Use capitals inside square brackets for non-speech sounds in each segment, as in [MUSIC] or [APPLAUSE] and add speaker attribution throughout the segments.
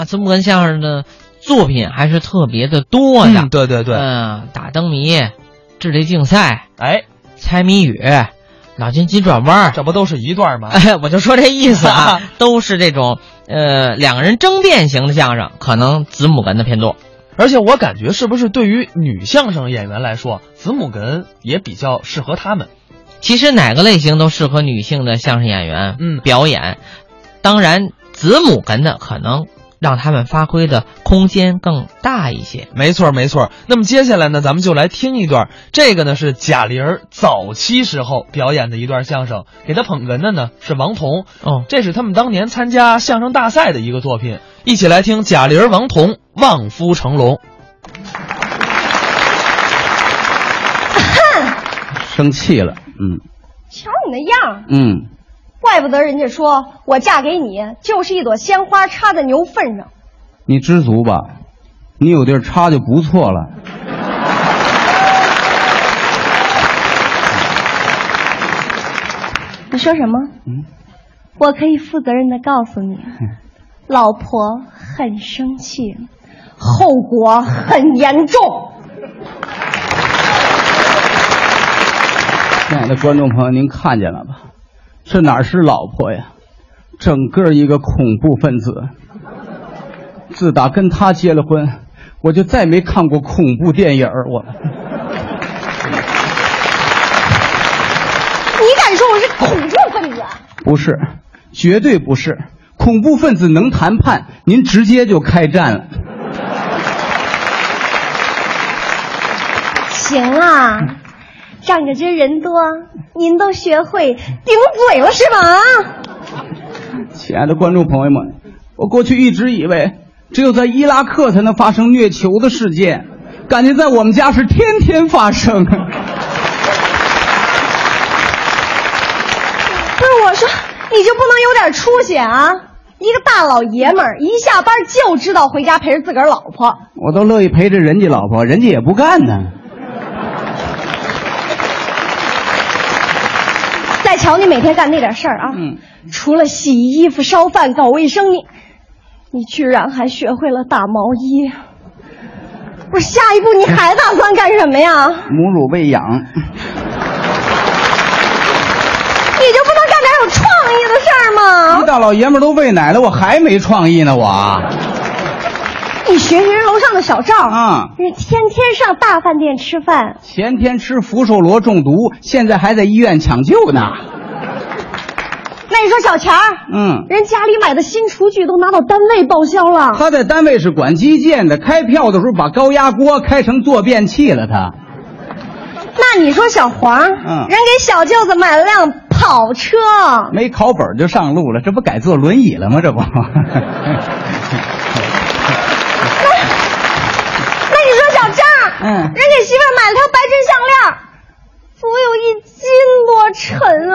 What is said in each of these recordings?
Speaker 1: 啊，曾国藩先生的作品还是特别的多的。
Speaker 2: 嗯对对对，
Speaker 1: 嗯，打灯谜、智力竞赛、
Speaker 2: 哎，
Speaker 1: 猜谜语、脑筋急转弯，
Speaker 2: 这不都是一段吗？
Speaker 1: [LAUGHS] 哎，我就说这意思
Speaker 2: [LAUGHS]
Speaker 1: 啊，都是这种呃两个人争辩型的相声，可能子母哏的偏多。
Speaker 2: 而且我感觉是不是对于女相声演员来说，子母哏也比较适合他们？
Speaker 1: 其实哪个类型都适合女性的相声演员
Speaker 2: 嗯
Speaker 1: 表演，当然子母哏的可能让他们发挥的空间更大一些。
Speaker 2: 没错没错。那么接下来呢，咱们就来听一段，这个呢是贾玲儿早期时候表演的一段相声，给她捧哏的呢是王彤，
Speaker 1: 哦，
Speaker 2: 这是他们当年参加相声大赛的一个作品。一起来听贾玲儿、王彤《望夫成龙》。
Speaker 3: 生气了，嗯
Speaker 4: 瞧你那样儿，
Speaker 3: 嗯，
Speaker 4: 怪不得人家说我嫁给你就是一朵鲜花插在牛粪上。
Speaker 3: 你知足吧，你有地儿插就不错了。
Speaker 4: 你说什么？
Speaker 3: 嗯，
Speaker 4: 我可以负责任的告诉你，老婆很生气，后果很严重。
Speaker 3: 亲爱的观众朋友，您看见了吧？这哪是老婆呀，整个一个恐怖分子。自打跟他结了婚，我就再没看过恐怖电影儿我
Speaker 4: 你敢说我是恐怖分子？
Speaker 3: 不是，绝对不是。恐怖分子能谈判，您直接就开战了。
Speaker 4: 行啊，
Speaker 3: 嗯
Speaker 4: 仗着这人多，您都学会顶嘴了是吧？
Speaker 3: 亲爱的观众朋友们，我过去一直以为只有在伊拉克才能发生虐囚的事件，感觉在我们家是天天发生。
Speaker 4: 不是我说，你就不能有点出息啊？一个大老爷们儿，一下班就知道回家陪着自个儿老婆。
Speaker 3: [LAUGHS] 我都乐意陪着人家老婆，人家也不干呢。
Speaker 4: 再瞧你每天干那点事儿啊，
Speaker 3: 嗯
Speaker 4: 除了洗衣服、烧饭、搞卫生，你你居然还学会了打毛衣。不是，下一步你还打算干什么呀？你
Speaker 3: 母乳喂 [LAUGHS] 养，
Speaker 4: 就不能干点有创意的事儿
Speaker 3: 一
Speaker 4: 吗？
Speaker 3: 大老爷们儿都喂奶了，我还没创意呢，我。
Speaker 4: 你学学人楼上的小赵
Speaker 3: 啊
Speaker 4: 人天天上大饭店吃饭，
Speaker 3: 前天吃福寿螺中毒，现在还在医院抢救呢。
Speaker 4: 那你说小钱儿，
Speaker 3: 嗯，
Speaker 4: 人家里买的新厨具都拿到单位报销
Speaker 3: [LAUGHS]
Speaker 4: 了，
Speaker 3: 他在单位是管基建的，开票的时候把高压锅开成坐便器了，他。
Speaker 4: 那你说小黄，
Speaker 3: 嗯嗯
Speaker 4: 人给小舅子买了辆跑车，
Speaker 3: 没考本儿就上路了，这不改坐轮椅了吗？这不，
Speaker 4: 那你说小张，
Speaker 3: 嗯
Speaker 4: 人给媳妇儿买了条白真项链，足有一斤多沉啊！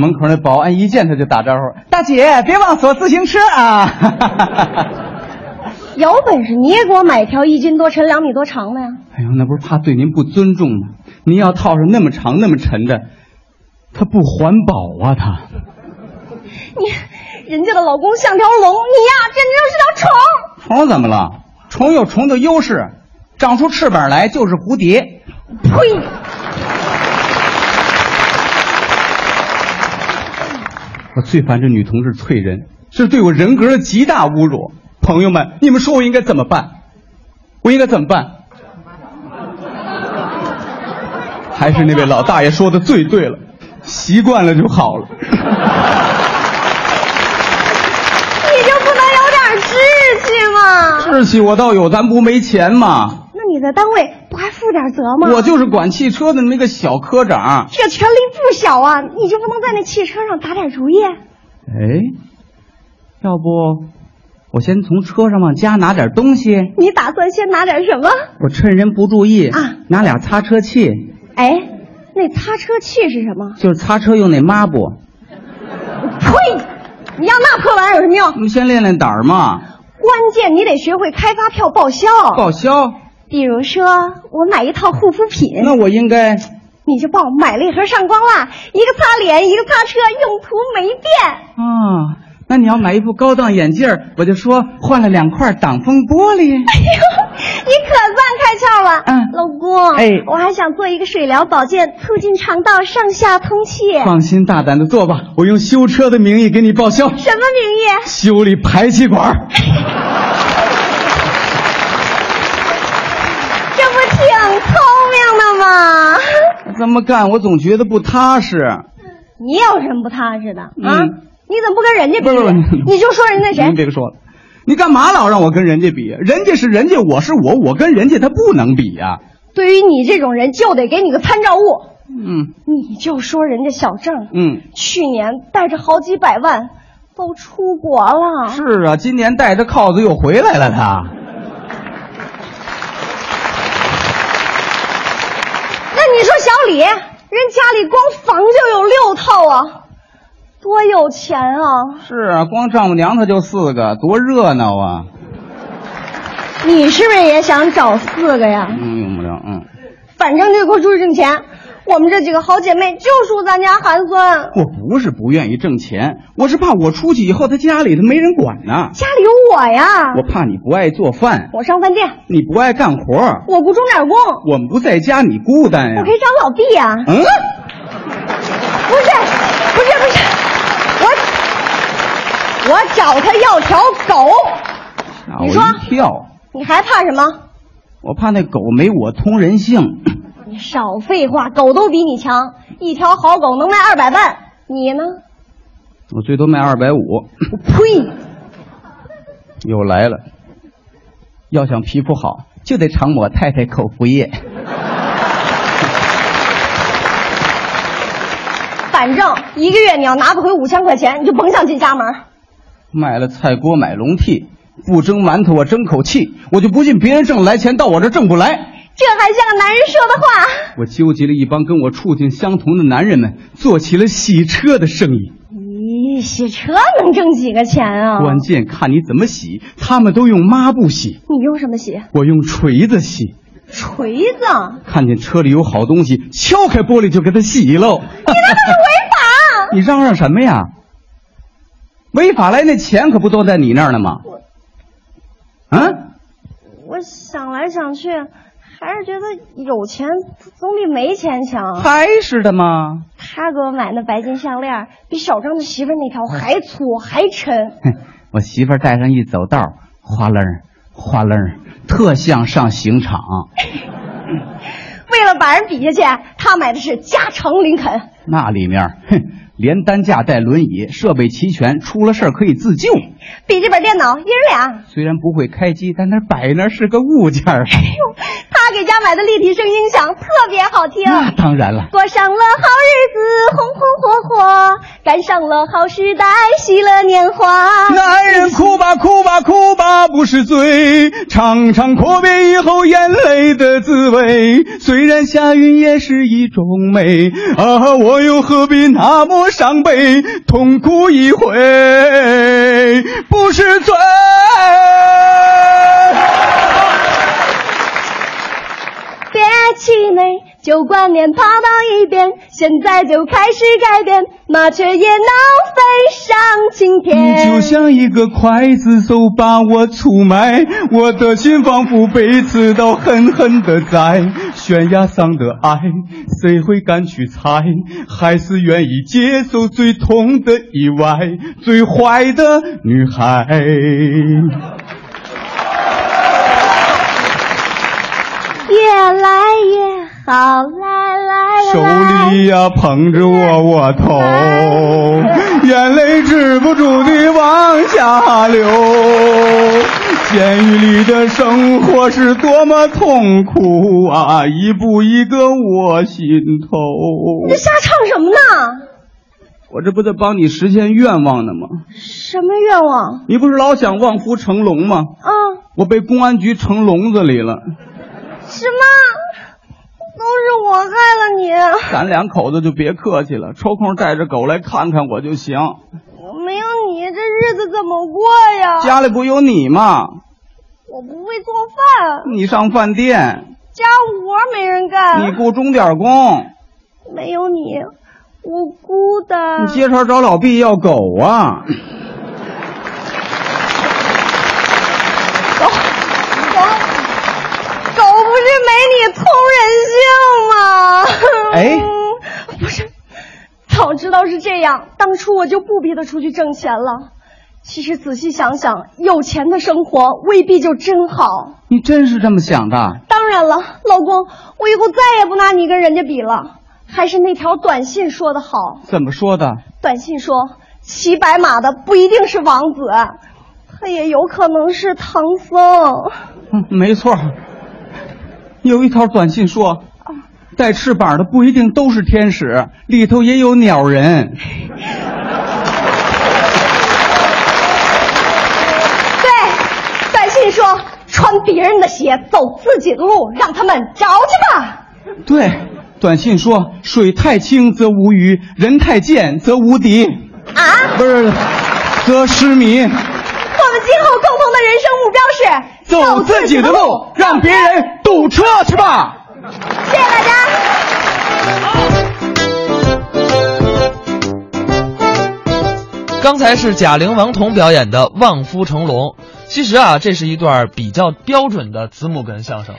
Speaker 3: 门口那保安一见他就打招呼：“大姐，别忘锁自行车啊！” [LAUGHS]
Speaker 4: 有本事你也给我买一条一斤多沉、两米多长的呀！
Speaker 3: 哎呦，那不是怕对您不尊重吗？您要套上那么长那么沉的，它不环保啊！它
Speaker 4: 你人家的老公像条龙，你呀简直就是条虫！
Speaker 3: 虫怎么了？虫有虫的优势，长出翅膀来就是蝴蝶。
Speaker 4: 呸！
Speaker 3: 我最烦这女同志啐人，这是对我人格的极大侮辱。朋友们，你们说我应该怎么办？我应该怎么办？还是那位老大爷说的最对了，习惯了就好了。
Speaker 4: 你就不能有点志气吗？
Speaker 3: 志气我倒有，咱不没钱吗？
Speaker 4: 那你在单位不还负点责吗？
Speaker 3: 我就是管汽车的那个小科长。
Speaker 4: 这权力不小啊，你就不能在那汽车上打点主意？
Speaker 3: 哎，要不我先从车上往家拿点东西，
Speaker 4: 你打算先拿点什么？
Speaker 3: 我趁人不注意
Speaker 4: 啊
Speaker 3: 拿俩擦车器，
Speaker 4: 哎，那擦车器是什么？
Speaker 3: 就是擦车用那抹布。
Speaker 4: 呸！你要那破玩意儿有什么用
Speaker 3: 我？们先练练胆儿嘛，
Speaker 4: 关键你得学会开发票报销。
Speaker 3: 报销。
Speaker 4: 比如说，我买一套护肤品，
Speaker 3: 那我应该
Speaker 4: 你就帮我买了一盒上光蜡，一个擦脸，一个擦车，用途没变。
Speaker 3: 啊，那你要买一副高档眼镜儿，我就说换了两块挡风玻璃。
Speaker 4: 哎呦，你可算开窍了，
Speaker 3: 嗯
Speaker 4: 老公，
Speaker 3: 哎
Speaker 4: 我还想做一个水疗保健，促进肠道上下通气。
Speaker 3: 放心大胆的做吧，我用修车的名义给你报销，
Speaker 4: 什么名义？
Speaker 3: 修理排气管儿。
Speaker 4: 这不挺聪明的吗？
Speaker 3: 这么干我总觉得不踏实。
Speaker 4: 你有什么不踏实的啊？
Speaker 3: 嗯
Speaker 4: 你怎么不跟人家比
Speaker 3: 不是不
Speaker 4: 比
Speaker 3: 是？
Speaker 4: 你就说人家谁
Speaker 3: 您？别说了，你干嘛老让我跟人家比？人家是人家，我是我，我跟人家他不能比呀、
Speaker 4: 对于你这种人，就得给你个参照物。
Speaker 3: 嗯
Speaker 4: 你就说人家小郑，
Speaker 3: 嗯，
Speaker 4: 去年带着好几百万都出国了，
Speaker 3: 是啊，今年带着铐子又回来了他。
Speaker 4: 那你说小李，人家里光房就有六套啊，多有钱啊！
Speaker 3: 是啊，光丈母娘她就四个，多热闹啊！
Speaker 4: 你是不是也想找四个呀？
Speaker 3: 嗯，用不着，嗯。
Speaker 4: 反正就给我出去挣钱，我们这几个好姐妹就属咱家寒酸，
Speaker 3: 我不是不愿意挣钱，我是怕我出去以后，他家里他没人管呢。
Speaker 4: 家里有我呀。
Speaker 3: 我怕你不爱做饭，
Speaker 4: 我上饭店，
Speaker 3: 你不爱干活儿，
Speaker 4: 我雇钟点工，我
Speaker 3: 我们不在家，你孤单哎呀
Speaker 4: 可。以找老毕呀、
Speaker 3: 嗯，
Speaker 4: 不是，不是，不是，我我找他要条狗，
Speaker 3: 吓
Speaker 4: 你
Speaker 3: 我
Speaker 4: 说
Speaker 3: 一跳，
Speaker 4: 你还怕什么？
Speaker 3: 我怕那狗没我通人性。 [COUGHS]
Speaker 4: 你少废话，狗都比你强，一条好狗能卖二百万，你呢？
Speaker 3: 我最多卖二百五， [COUGHS]
Speaker 4: 我呸！
Speaker 3: 又来了。要想皮肤好，就得常抹太太口服液。
Speaker 4: 反正一个月你要拿不回五千块钱，你就甭想进家门。
Speaker 3: 卖了菜锅买笼屉，不蒸馒头我争口气。我就不信别人挣来钱，到我这挣不来。
Speaker 4: 这还像个男人说的话？
Speaker 3: 我纠集了一帮跟我处境相同的男人们，做起了洗车的生意。
Speaker 4: 咦，洗车能挣几个钱啊？
Speaker 3: 关键看你怎么洗，他们都用抹布洗，
Speaker 4: 你用什么洗？
Speaker 3: 我用锤子洗。
Speaker 4: 锤子？
Speaker 3: 看见车里有好东西，敲开玻璃就给它洗喽。 [LAUGHS]
Speaker 4: 违法！啊
Speaker 3: 你嚷嚷什么呀？违法来那钱可不都在你那儿呢吗？啊，
Speaker 4: 我想来想去，还是觉得有钱总比没钱强。
Speaker 3: 还是的吗？
Speaker 4: 他给我买那白金项链，比小张他媳妇儿那条还粗还沉。
Speaker 3: 哼我媳妇儿带上一走道，哗楞儿哗楞儿，特像上刑场。
Speaker 4: 为了把人比下去，他买的是加长林肯。
Speaker 3: 那里面，哼，连担架带轮椅，设备齐全，出了事儿可以自救。
Speaker 4: 笔记本电脑一人俩，
Speaker 3: 虽然不会开机，但它摆那儿是个物件儿。
Speaker 4: 他给家买的立体声音响特别好听。
Speaker 3: 那当然了，
Speaker 4: 过上了好日子，红红火火，赶上了好时代，喜乐年华。
Speaker 3: 男人哭吧哭吧哭吧不是罪，尝尝阔别以后眼泪的滋味。虽然下雨也是一种美，啊，我又何必那么伤悲？痛哭一回不是罪。
Speaker 4: 别气馁，旧观念抛到一边，现在就开始改变，麻雀也能飞上青天。
Speaker 3: 就像一个刽子手把我出卖，我的心仿佛被刺刀狠狠的宰。悬崖上的爱，谁会敢去猜？还是愿意接受最痛的意外，最坏的女孩。
Speaker 4: 越来越好，来来来。
Speaker 3: 手里呀捧着窝窝头，眼泪止不住地往下流。监狱里的生活是多么痛苦啊！一步一个我心头。
Speaker 4: 你这瞎唱什么呢？
Speaker 3: 我这不在帮你实现愿望呢吗？
Speaker 4: 什么愿望
Speaker 3: 你不是老想望夫成龙吗？
Speaker 4: 啊？
Speaker 3: 我被公安局成笼子里了，
Speaker 4: 什么？都是我害了你，
Speaker 3: 咱两口子就别客气了，抽空带着狗来看看我就行。
Speaker 4: 没有你这日子怎么过呀？
Speaker 3: 家里不有你吗？
Speaker 4: 我不会做饭，
Speaker 3: 你上饭店，
Speaker 4: 家务活没人
Speaker 3: 你
Speaker 4: 干，
Speaker 3: 雇钟点工，
Speaker 4: 没有你，我孤单
Speaker 3: 嗯你。街上找老毕要狗啊？
Speaker 2: 哎，
Speaker 4: 嗯不是，早知道是这样，当初我就不逼他出去挣钱了。其实仔细想想，有钱的生活未必就真好。
Speaker 3: 你真是这么想的？
Speaker 4: 当然了，老公，我以后再也不拿你跟人家比了。还是那条短信说的好，
Speaker 3: 怎么说的？
Speaker 4: 短信说骑白马的不一定是王子，他也有可能是唐僧。
Speaker 3: 嗯，没错儿。有一条短信说，带翅膀的不一定都是天使，里头也有鸟人。
Speaker 4: 对，短信说穿别人的鞋走自己的路，让他们着去吧。
Speaker 3: 对，短信说水太清则无鱼，人太贱则无敌，
Speaker 4: 啊，
Speaker 3: 不是，则失迷。
Speaker 4: 我们今后共同的人生目标是
Speaker 3: 走自己的路，让别人堵车去吧。
Speaker 4: 谢谢大家。
Speaker 2: 刚才是贾玲、王彤表演的《望夫成龙》。其实啊，这是一段比较标准的子母哏相声。